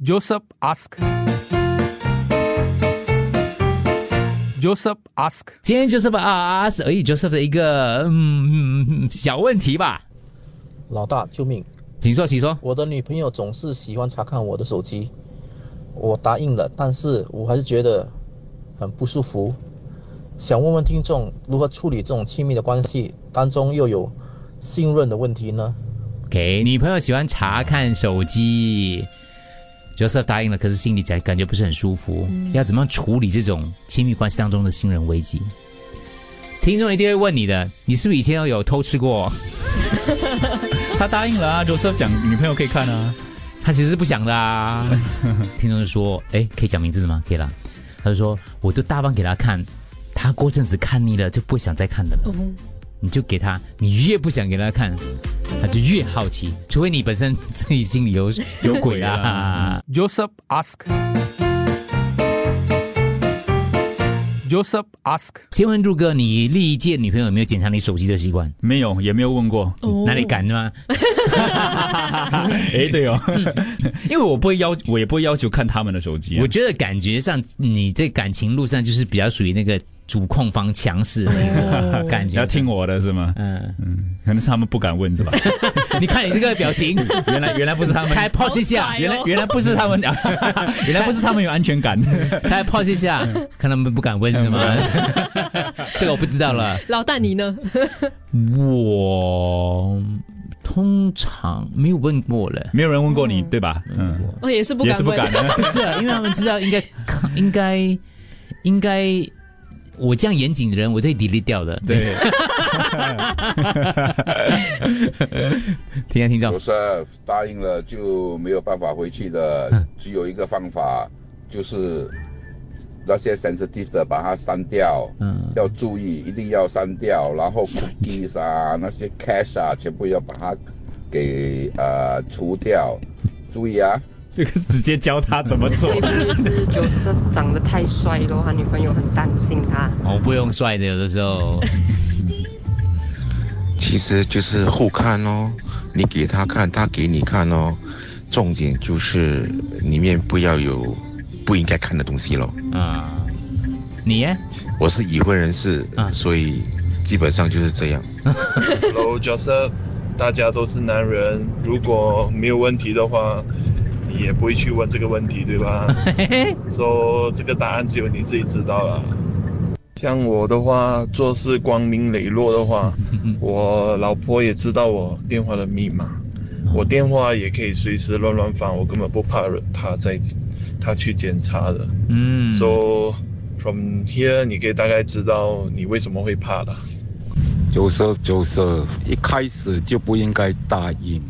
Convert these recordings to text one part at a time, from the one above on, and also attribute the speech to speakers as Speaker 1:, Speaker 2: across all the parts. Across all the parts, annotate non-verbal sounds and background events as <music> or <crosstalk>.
Speaker 1: Joseph Ask。Joseph Ask，
Speaker 2: 今天 Joseph 啊，所以 Joseph 的一个嗯嗯小问题吧，
Speaker 3: 老大，救命！
Speaker 2: 请说，请说。
Speaker 3: 我的女朋友总是喜欢查看我的手机，我答应了，但是我还是觉得很不舒服。想问问听众，如何处理这种亲密的关系当中又有信任的问题呢？
Speaker 2: 给女朋友喜欢查看手机，Joseph 答应了，可是心里感感觉不是很舒服，要怎么样处理这种亲密关系当中的信任危机？听众一定会问你的，你是不是以前有偷吃 <laughs> 过？
Speaker 4: 他答应了啊，Joseph 讲女朋友可以看啊，
Speaker 2: 他其实是不想的 <laughs> 啊。听众就说：“哎，可以讲名字的吗？可以啦。”他就说：“我都大方给他看，他过阵子看腻了就不会想再看的了。你就给他，你越不想给他看，他就越好奇，除非你本身自己心里有有 <laughs> 鬼啦、啊。
Speaker 1: Joseph Ask。Joseph Ask，
Speaker 2: 先问柱哥，你历届女朋友有没有检查你手机的习惯？
Speaker 4: 没有也没有问过。<laughs>
Speaker 5: 哦
Speaker 2: 那你敢吗？
Speaker 4: 哎，对哦，
Speaker 5: 嗯
Speaker 4: <laughs> 因为我不会要，我也不会要求看他们的手机、啊
Speaker 2: 我。觉得感觉上你在感情路上就是比较属于那个主控方强势的那
Speaker 5: 哦
Speaker 2: 个感
Speaker 4: 你
Speaker 2: 觉。
Speaker 4: 要听我的是吗？
Speaker 2: 嗯，
Speaker 4: 可能是他们不敢
Speaker 2: <laughs>
Speaker 4: 问是吧？
Speaker 2: 你看你这个表情，
Speaker 4: 原来原来不是 <laughs> 他们，
Speaker 2: 开 pose 一
Speaker 5: 好
Speaker 2: 下
Speaker 5: 帅，哦
Speaker 4: 原来原来不
Speaker 2: <laughs>
Speaker 4: 是他们，原来不是他们有安全感。
Speaker 2: 开 pose 一下，看他们不敢问是吗？
Speaker 4: 嗯
Speaker 2: <laughs> 这个我不知道了。
Speaker 5: 老大你呢？
Speaker 2: 我通常没有问过嘞，
Speaker 4: <laughs> 没有人问过你对吧？嗯，
Speaker 5: 我哦也是不
Speaker 4: 也
Speaker 5: 敢
Speaker 4: 是不
Speaker 5: 问。
Speaker 4: 敢的。
Speaker 2: 不是啊，因为他们知道应该应该应该。我这样严谨的人，我都会 delete 掉的。对， <laughs>
Speaker 4: 对，
Speaker 2: 听下听众
Speaker 6: Joseph 答应了就没有办法回去的，只有一个方法，就是那些 sensitive 的把它删掉，
Speaker 2: 嗯
Speaker 6: 要注意，一定要删掉。然后 cookies 啊，那些 cash 啊，全部要把它给呃除掉，注意啊。
Speaker 4: 这个直接教他怎么做
Speaker 7: 会。不会是 Joseph 长得太帅咯？他女朋友很担心他。
Speaker 2: 哦，不用帅的，有的时候。
Speaker 8: 其实就是互看哦，你给他看，他给你看哦。重点就是里面不要有不应该看的东西咯。
Speaker 2: 啊，你耶？
Speaker 8: 我是已婚人士，
Speaker 2: 啊
Speaker 8: 所以基本上就是这样。
Speaker 9: Hello Joseph，大家都是男人，如果没有问题的话，你也不会去问这个问题，对
Speaker 5: <laughs>
Speaker 9: 吧？说、so, 这个答案只有你自己知道了。像我的话，做事光明磊落的话，我老婆也知道我电话的密码，我电话也可以随时乱乱翻，我根本不怕她在，她去检查的。
Speaker 2: 嗯，
Speaker 9: So from here，你可以大概知道你为什么会怕了。
Speaker 10: Joseph Joseph，一开始就不应该答应，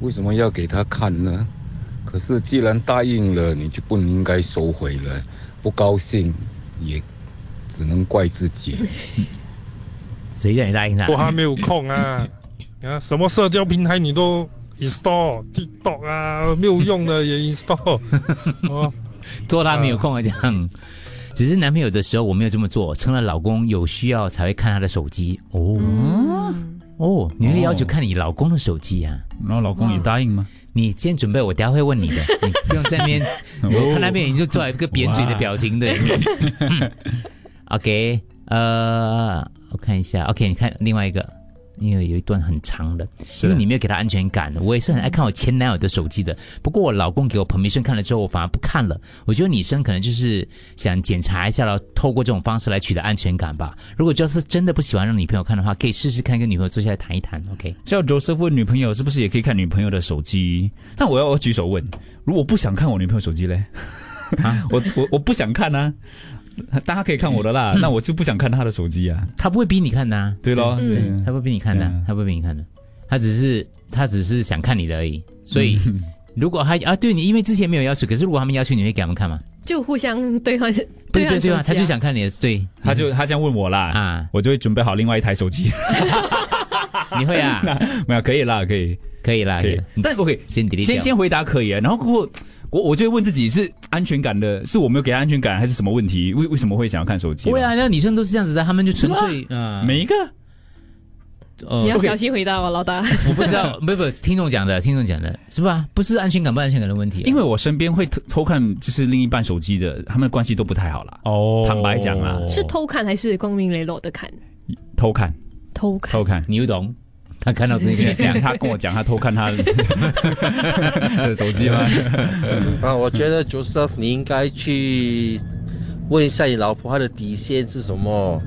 Speaker 10: 为什么要给他看呢？可是既然答应了，你就不应该收回了。不高兴也只能怪自己。
Speaker 2: 谁叫你答应他？
Speaker 11: 我还没有空
Speaker 2: <laughs>
Speaker 11: 啊！你看什么社交平台你都 install TikTok 啊，没有用的也
Speaker 2: <laughs>
Speaker 11: install 哦。
Speaker 2: 做他没有空啊，这样。只是男朋友的时候我没有这么做，成了老公有需要才会看他的手机哦、哦，你会要求看你老公的手机啊？
Speaker 4: 然后老公也答应吗？
Speaker 2: 你先准备，我等下会问你
Speaker 4: <laughs>
Speaker 2: 的，你不用在那边，
Speaker 4: 哦
Speaker 2: 我看那边你就做一个扁嘴的表情，对。OK，呃，我看一下，OK，你看另外一个，因为有一段很长的，因为你没有给他安全感，我也是很爱看我前男友的手机的。不过我老公给我 permission 看了之后，我反而不看了。我觉得女生可能就是想检查一下了，透过这种方式来取得安全感吧。如果就是真的不喜欢让女朋友看的话，可以试试看跟女朋友坐下来谈一谈。OK，
Speaker 4: 叫 Joseph 问女朋友是不是也可以看女朋友的手机？但我要我举手问，如果不想看我女朋友手机嘞？ <laughs> 我我我不想看啊，但他可以看我的啦，那我就不想看他的手机啊。
Speaker 2: 他不会逼你看的、啊。
Speaker 4: 对咯，对
Speaker 2: 他不逼你看的
Speaker 4: 对啊，
Speaker 2: 他不逼你看的，他只是他只是想看你的而已。所以
Speaker 4: 嗯
Speaker 2: <laughs> 如果他啊对你，因为之前没有要求，可是如果他们要求，你会给他们看吗？
Speaker 5: 就互相对换，
Speaker 2: 不是
Speaker 5: 换
Speaker 2: 对对
Speaker 5: 手机
Speaker 2: 吧？
Speaker 5: 啊
Speaker 2: 他就想看你的，
Speaker 4: <laughs>
Speaker 2: 对
Speaker 4: 他就他这样问我啦，
Speaker 2: 啊，
Speaker 4: 我就会准备好另外一台手机。 <laughs>
Speaker 2: 你会啊？
Speaker 4: 没有，可以啦，可以。
Speaker 2: 可以啦，
Speaker 4: 可以
Speaker 2: 啦
Speaker 4: 但是 OK，
Speaker 2: 先 delete
Speaker 4: 先
Speaker 2: 掉
Speaker 4: 先回答可以啊，然后过后我我就会问自己是安全感的，是我没有给他安全感，还是什么问题？
Speaker 2: 啊
Speaker 4: 为为什么会想要看手机？
Speaker 2: 不会啊，那女生都是这样子的，他们就纯粹嗯
Speaker 4: 每一个
Speaker 2: 呃
Speaker 5: 你要小心回答哦我，老大。
Speaker 9: 哦
Speaker 2: 我不知道，不不，是听众讲的，听众讲的是吧？不是安全感不安全感的问题啊、
Speaker 4: 因为我身边会偷偷看，就是另一半手机的，他们关系都不太好啦。
Speaker 2: 哦
Speaker 4: 坦白讲啦，
Speaker 5: 是偷看还是光明磊落的看？
Speaker 4: 偷看， <laughs>
Speaker 5: 偷看。
Speaker 4: 偷看，
Speaker 2: 你又懂？他看到这
Speaker 4: <laughs>
Speaker 2: 个
Speaker 4: 这样，他跟我讲，他偷看他的 <laughs> 手机吗？
Speaker 12: 啊，我觉得 Joseph，你应该去问一下你老婆她的底线是什么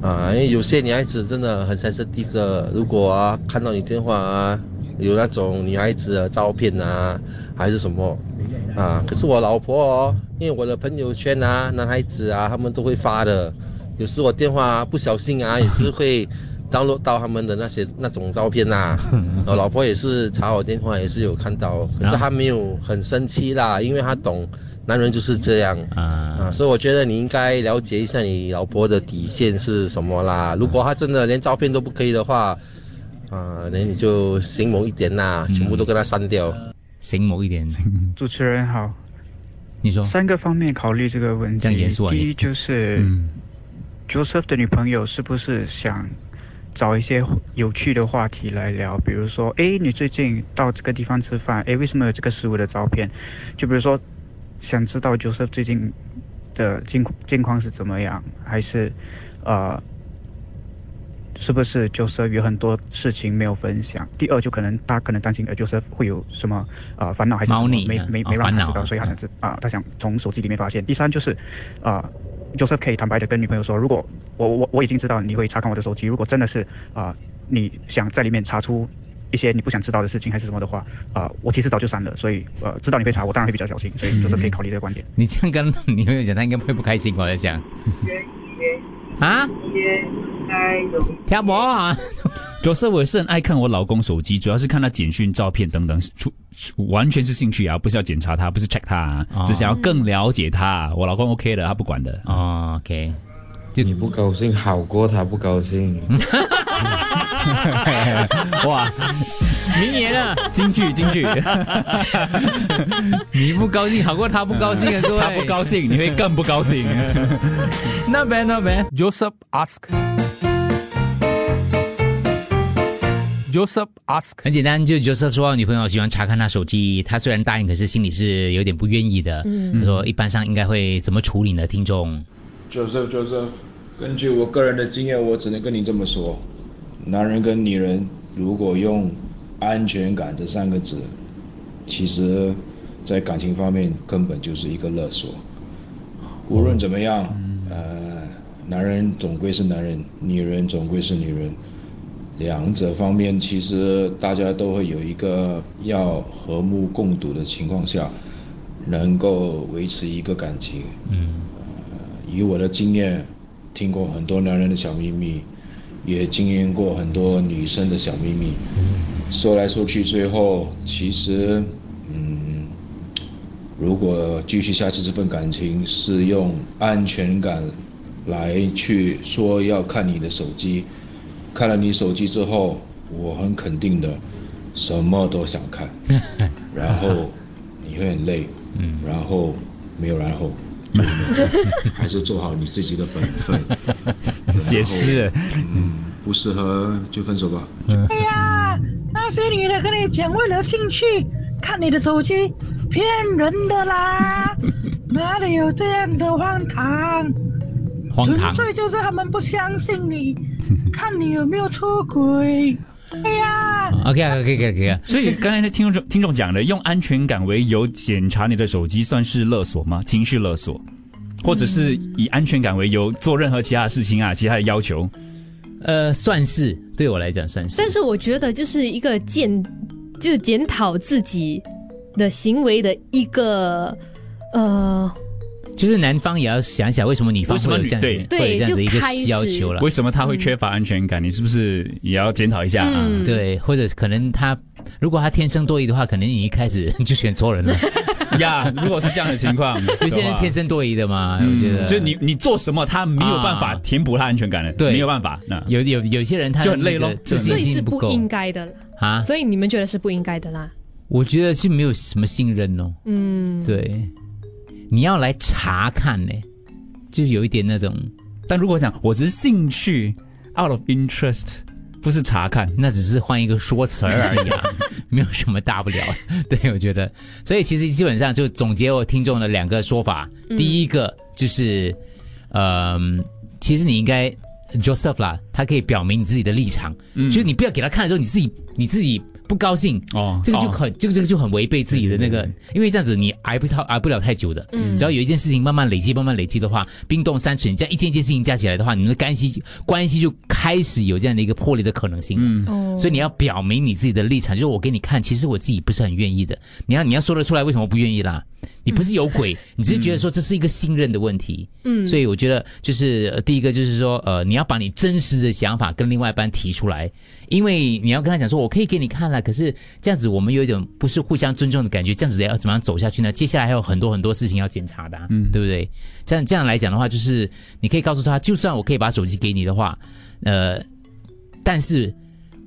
Speaker 12: 啊？因为有些女孩子真的很 sensitive 的，如果啊看到你电话啊有那种女孩子的照片啊，还是什么啊？可是我老婆哦，因为我的朋友圈啊，男孩子啊，他们都会发的，有时我电话、啊、不小心啊，也是会 download 到他们的那些那种照片呐、我老婆也是查我电话，也是有看到，可是她没有很生气啦，因为她懂男人就是这样
Speaker 2: 啊
Speaker 12: 所以我觉得你应该了解一下你老婆的底线是什么啦。如果她真的连照片都不可以的话，啊、那你就醒某一点啦，全部都跟她删掉。
Speaker 2: 醒某一点，
Speaker 13: 主持人好，
Speaker 2: 你说
Speaker 13: 三个方面考虑这个问题。
Speaker 2: 这样严肃啊你
Speaker 13: 第一就是、Joseph 的女朋友是不是想找一些有趣的话题来聊？比如说，诶，你最近到这个地方吃饭，诶，为什么有这个食物的照片？就比如说，想知道 Joseph 最近的近近况是怎么样，还是呃，是不是 Joseph 有很多事情没有分享？第二，就可能他可能担心呃 Joseph 会有什么呃烦恼还是什么
Speaker 2: 猫腻
Speaker 13: 没
Speaker 2: 嗯
Speaker 13: 没
Speaker 2: 哦
Speaker 13: 没让
Speaker 2: 烦
Speaker 13: 他
Speaker 2: 恼
Speaker 13: 知道，所以他想知啊、他想从手机里面发现。第三就是，呃，Joseph 可以坦白的跟女朋友说，如果我我我已经知道你会查看我的手机，如果真的是啊、呃你想在里面查出。一些你不想知道的事情还是什么的话，啊、我其实早就删了，所以呃，知道你会查，我当然会比较小心，所以 Joseph 可以考虑这个观点。
Speaker 2: 嗯你这样跟女朋友讲，她应该不会不开心吧？我在想，啊，漂泊啊，
Speaker 4: 主要是我也是很爱看我老公手机，主要是看他简讯、照片等等，出出完全是兴趣啊，不是要检查他，不是 check 他、啊，
Speaker 10: 哦
Speaker 4: 只想要更了解他。我老公 OK 的，他不管的。
Speaker 2: 哦，OK，
Speaker 10: 你不高兴好过他不高
Speaker 2: <laughs>
Speaker 10: 兴。
Speaker 4: 哇，
Speaker 2: 名言啊，
Speaker 4: 京剧京
Speaker 2: <laughs>
Speaker 4: 剧， <laughs>
Speaker 2: 你不高兴好过他不高兴啊，各位，
Speaker 4: <laughs> 他不高兴，你会更不高兴。
Speaker 2: Not bad, not bad.
Speaker 1: Joseph ask. Joseph ask.
Speaker 2: 很简单，就是 Joseph 说女朋友喜欢查看他手机，他虽然答应，可是心里是有点不愿意的。
Speaker 14: 嗯
Speaker 2: 他说一般上应该会怎么处理呢？听众，
Speaker 14: Joseph Joseph，根据我个人的经验，我只能跟你这么说：男人跟女人如果用安全感这三个字，其实，在感情方面根本就是一个勒索。无论怎么样，呃，男人总归是男人，女人总归是女人。两者方面，其实大家都会有一个要和睦共睹的情况下，能够维持一个感情。
Speaker 2: 嗯，
Speaker 14: 以我的经验，听过很多男人的小秘密，也经验过很多女生的小秘密。说来说去，最后其实，嗯，如果继续下去这份感情是用安全感来去说要看你的手机，看了你手机之后，我很肯定的，什么都想看，然后你会很累，
Speaker 2: 嗯，
Speaker 14: 然后没有然后。还是做好你自己的本分。
Speaker 4: 写诗，
Speaker 14: 嗯，不适合就分手吧。
Speaker 15: 对呀、那些女的跟你讲为了兴趣看你的手机，骗人的啦，哪里有这样的荒唐？
Speaker 2: 荒
Speaker 15: 纯
Speaker 2: 唐
Speaker 15: 粹就是他们不相信你，看你有没有出轨。对呀、
Speaker 2: OK OK OK OK，
Speaker 4: 所以刚才那听众听众讲的，用安全感为由检查你的手机，算是勒索吗？情绪勒索，或者是以安全感为由做任何其他的事情啊，其他的要求？
Speaker 2: 呃，算是对我来讲算是。
Speaker 5: 但是我觉得就是一个检，就是检讨自己的行为的一个呃，
Speaker 2: 就是男方也要想想为什么女方
Speaker 4: 为什
Speaker 2: 会
Speaker 4: 么
Speaker 2: 有
Speaker 4: 女
Speaker 2: 这样子
Speaker 4: 对
Speaker 5: 对
Speaker 2: 会有这样子一
Speaker 5: 就
Speaker 2: 个
Speaker 5: 开始
Speaker 2: 要求了。
Speaker 4: 为什么他会缺乏安全感？你是不是也要检讨一下啊？
Speaker 5: 嗯
Speaker 2: 对，或者可能他如果他天生多疑的话，可能你一开始就选错
Speaker 4: <laughs>
Speaker 2: 人了。，
Speaker 4: <laughs> 呀，如果是这样的情况
Speaker 2: <laughs> 有些人天生多疑的嘛，我觉得
Speaker 4: 嗯
Speaker 2: 啊
Speaker 4: 就你你做什么，他没有办法填补他安全感的，
Speaker 2: 对
Speaker 4: 没有办法。那
Speaker 2: 有有有些人他
Speaker 4: 就很累
Speaker 2: 了
Speaker 4: 咯，
Speaker 2: 自信
Speaker 5: 所以是
Speaker 2: 心
Speaker 5: 不
Speaker 2: 够
Speaker 5: 应该的啦。
Speaker 2: 啊。
Speaker 5: 所以你们觉得是不应该的啦。
Speaker 2: 我觉得是没有什么信任哦。
Speaker 5: 嗯，，
Speaker 2: 对，你要来查看呢，就有一点那种。
Speaker 4: 但如果讲我只是兴趣，out of interest，不是查看，
Speaker 2: 那只是换一个说词儿而已啊，没有什么大不了。 <laughs> 对，我觉得，所以其实基本上就总结我听众的两个说法，
Speaker 16: 嗯
Speaker 2: 第一个就是，呃，其实你应该 Joseph 啦，他可以表明你自己的立场，就是你不要给他看的时候，你自己你自己不高兴，
Speaker 4: 哦
Speaker 2: 这个就很、这个这个就很违背自己的那个，因为这样子你挨不超挨不了太久的，
Speaker 16: 嗯
Speaker 2: 只要有一件事情慢慢累积，慢慢累积的话，冰冻三尺，你这样一件一件事情加起来的话，你们的关系关系就开始有这样的一个破裂的可能性，
Speaker 4: 嗯
Speaker 16: 哦
Speaker 2: 所以你要表明你自己的立场，就是我给你看，其实我自己不是很愿意的，你要你要说得出来为什么不愿意啦，你不是有鬼，你只是觉得说这是一个信任的问题，
Speaker 16: 嗯
Speaker 2: 所以我觉得就是、呃第一个就是说，呃，你要把你真实的想法跟另外一半提出来，因为你要跟他讲说，我可以给你看了，可是这样子我们有一种不是互相尊重的感觉，这样子要怎么样走下去呢？接下来还有很多很多事情要检查的、啊，嗯，对不对？这样这样来讲的话，就是你可以告诉他，就算我可以把手机给你的话，呃，但是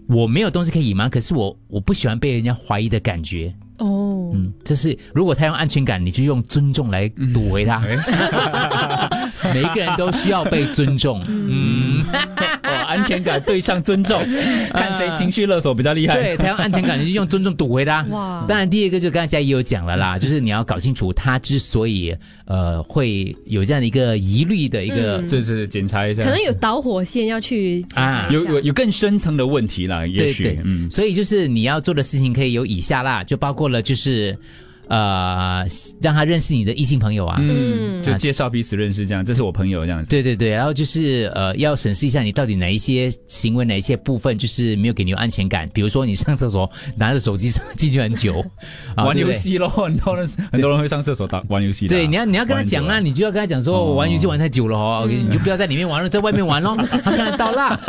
Speaker 2: 我没有东西可以隐瞒，可是我我不喜欢被人家怀疑的感觉，
Speaker 5: 哦，
Speaker 2: 嗯，这是如果他用安全感，你就用尊重来堵回他。
Speaker 4: 嗯
Speaker 2: <laughs> 每一个人都需要被尊重，嗯，
Speaker 4: 哦安全感对上
Speaker 2: <laughs>
Speaker 4: 尊重，看谁情绪勒索比较厉害。
Speaker 2: 对，他用安全感，你就用尊重堵回他。
Speaker 4: 哇
Speaker 2: 当然，第二个就刚才嘉怡有讲了啦，就是你要搞清楚他之所以呃会有这样的一个疑虑的一个，
Speaker 5: 嗯
Speaker 4: 这是检查一下啊
Speaker 5: 可
Speaker 2: 啊
Speaker 5: 能有导火线要去检查一下
Speaker 4: 有有有更深层的问题啦，也
Speaker 2: 对
Speaker 4: 许
Speaker 2: 对，
Speaker 4: 嗯，
Speaker 2: 所以就是你要做的事情可以有以下啦，就包括了就是呃让他认识你的异性朋友啊，
Speaker 4: 嗯，就
Speaker 2: 啊
Speaker 4: 介绍彼此认识这样，这是我朋友这样子。
Speaker 2: 对对对，然后就是呃，要审视一下你到底哪一些行为、哪一些部分就是没有给你有安全感，比如说你上厕所拿着手机上进去很
Speaker 4: <laughs>
Speaker 2: 久，啊
Speaker 4: 玩
Speaker 2: 对不
Speaker 4: 游
Speaker 2: 对
Speaker 4: 戏咯， <laughs> 很多人很多人会上厕所打玩游戏的啊。
Speaker 2: 对，你要你要跟他讲啊，你就要跟他讲
Speaker 4: 哦
Speaker 2: 说，我玩游戏玩太久了
Speaker 4: 嗯
Speaker 2: 哦，你就不要在里面玩了，在外面
Speaker 4: <laughs>
Speaker 2: 玩咯，他看得到啦。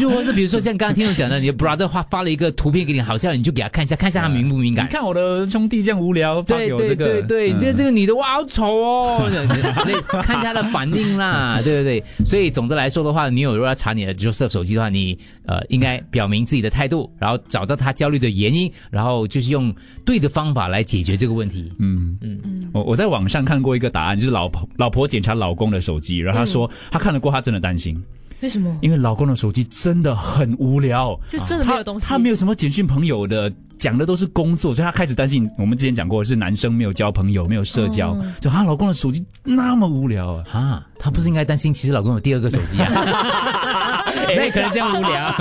Speaker 2: 如果是比如说像刚刚听众讲的，你的 brother 发发了一个图片给你，好笑，你就给他看一下，看一下他敏不敏感。你
Speaker 4: 看我的兄弟这样无聊，发
Speaker 2: 对
Speaker 4: 给我
Speaker 2: 对
Speaker 4: 这个
Speaker 2: 对对，
Speaker 4: 嗯
Speaker 2: 这这个女的哇好丑
Speaker 4: <laughs>
Speaker 2: 哦，那看一下她的反应啦，对不对？所以总的来说的话，你有如果要查你的 Joseph 手机的话，你呃应该表明自己的态度，然后找到他焦虑的原因，然后就是用对的方法来解决这个问题。
Speaker 4: 嗯
Speaker 2: 嗯，
Speaker 4: 我我在网上看过一个答案，就是老婆老婆检查老公的手机，然后她说
Speaker 5: 嗯
Speaker 4: 她看了过后，她真的担心，
Speaker 5: 为什么？
Speaker 4: 因为老公的手机真的很无聊，
Speaker 5: 就真的没有东西
Speaker 4: 啊他，他没有什么简讯朋友的，讲的都是工作，所以她开始担心。我们之前讲过，是男生没有交朋友，没有社交，
Speaker 5: 嗯
Speaker 2: 哦
Speaker 4: 就她老公的手机那么无聊啊！
Speaker 2: 啊，她不是应该担心，其实老公有第二个手机啊。
Speaker 4: <laughs>
Speaker 2: 那可能这样无聊，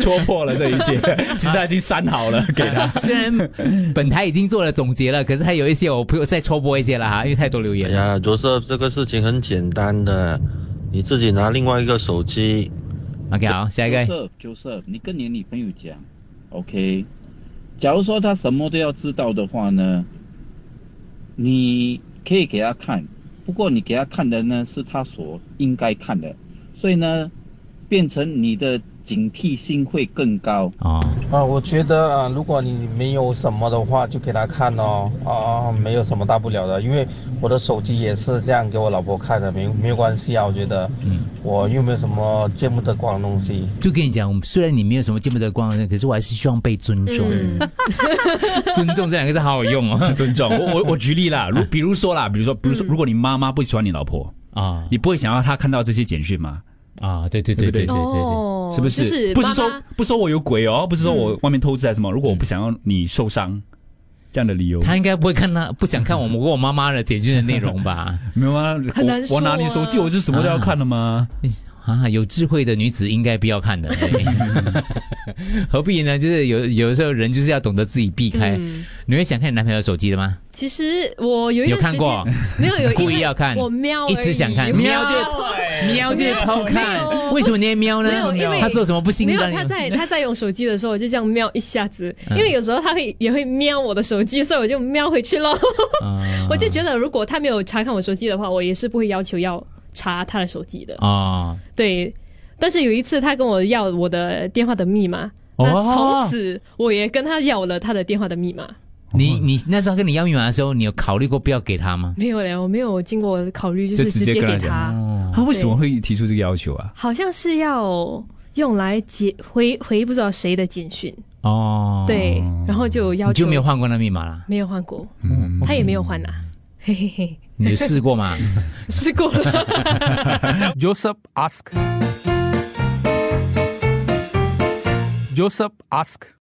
Speaker 4: 戳破了这一
Speaker 5: <laughs>
Speaker 4: 切，其实他已经删好了给他。
Speaker 2: 虽然本台已经做了总结了，可是还有一些我不用再抽播一些了哈，因为太多留言
Speaker 17: 哎
Speaker 2: 了。
Speaker 17: 呀，Joseph，这个事情很简单的，你自己拿另外一个手机。
Speaker 2: OK，好，下一个
Speaker 18: Joseph Joseph，你跟你女朋友讲，OK？假如说她什么都要知道的话呢，你可以给她看，不过你给她看的呢是她所应该看的，所以呢，变成你的警惕性会更高。
Speaker 2: 哦，
Speaker 3: 啊，我觉得啊，如果你没有什么的话，就给他看哦。啊，没有什么大不了的，因为我的手机也是这样给我老婆看的，没没有关系啊。我觉得，嗯，我又没有什么见不得光的东西。
Speaker 2: 就跟你讲，虽然你没有什么见不得光的，可是我还是希望被尊重。
Speaker 4: 嗯
Speaker 5: 嗯
Speaker 2: 尊重这两个字好好用哦，
Speaker 4: 尊
Speaker 5: <laughs>
Speaker 4: 重。我我我举例啦，如比如说啦，比如说比如
Speaker 5: 嗯
Speaker 4: 说，如果你妈妈不喜欢你老婆
Speaker 2: <laughs> 啊，
Speaker 4: 你不会想要她看到这些简讯吗？
Speaker 2: 啊，对对
Speaker 4: 对
Speaker 2: 对对对
Speaker 5: 哦
Speaker 4: 是不？
Speaker 5: 就是是
Speaker 4: 不是
Speaker 5: 妈嗯
Speaker 4: 说
Speaker 5: 妈
Speaker 4: 不是说我有鬼哦，不是说我外面偷吃还是什么？如果我不想要你受伤，这样的理由，
Speaker 2: 他应该不会看他不想看我们和我妈妈的简讯的内容 <laughs> 吧？
Speaker 4: 没有啊，
Speaker 2: 很难
Speaker 4: 我
Speaker 2: 说啊
Speaker 4: 我拿你手机，我就什么都要看了吗？
Speaker 2: 啊，有智慧的女子应该不要 <laughs> 看的，对何必呢？就是有有的时候人就是要懂得自己避开。
Speaker 5: 嗯
Speaker 2: 你会想看你男朋友手机的吗？
Speaker 5: 其实我有一
Speaker 2: 有
Speaker 5: 段时
Speaker 2: 看
Speaker 5: 间
Speaker 2: 过？
Speaker 5: 没有有一段
Speaker 2: <laughs> 故意要看，
Speaker 5: 我瞄而已，
Speaker 2: 一直想看，
Speaker 5: 喵
Speaker 2: 瞄就喵就偷
Speaker 5: 没
Speaker 2: 看，
Speaker 5: 有
Speaker 2: 为什么你也瞄呢？
Speaker 5: 没有，因为
Speaker 2: 他做什么不行
Speaker 5: 没
Speaker 2: 的？
Speaker 5: 有，
Speaker 2: <laughs>
Speaker 5: 他在他在用手机的时候，我就这样瞄一下子，
Speaker 2: 嗯
Speaker 5: 因为有时候他会也会瞄我的手机，所以我就瞄回去喽。
Speaker 2: 啊
Speaker 5: <laughs> 我就觉得，如果他没有查看我手机的话，我也是不会要求要查他的手机的。
Speaker 2: 啊。
Speaker 5: 对，但是有一次他跟我要我的电话的密码，
Speaker 2: 哦
Speaker 5: 那从此我也跟他要了他的电话的密码。
Speaker 2: 你你那时候他跟你要密码的时候，你有考虑过不要给他吗？
Speaker 5: 没有嘞，我没有经过考虑，就是直接
Speaker 4: 跟他
Speaker 5: 给他
Speaker 4: 讲。。
Speaker 5: 啊
Speaker 4: 他为什么会提出这个要求啊？
Speaker 5: 好像是要用来解回回不知道谁的简讯，
Speaker 2: 哦，
Speaker 5: 对，然后就要
Speaker 2: 你
Speaker 5: 求
Speaker 2: 就没有换过那密码啦？
Speaker 5: 没有换过，
Speaker 2: 嗯
Speaker 5: 他也没有换啊， <laughs> 嘿嘿嘿，
Speaker 2: 你有试过吗？
Speaker 5: 试过了。
Speaker 1: Joseph ask
Speaker 13: Joseph asked,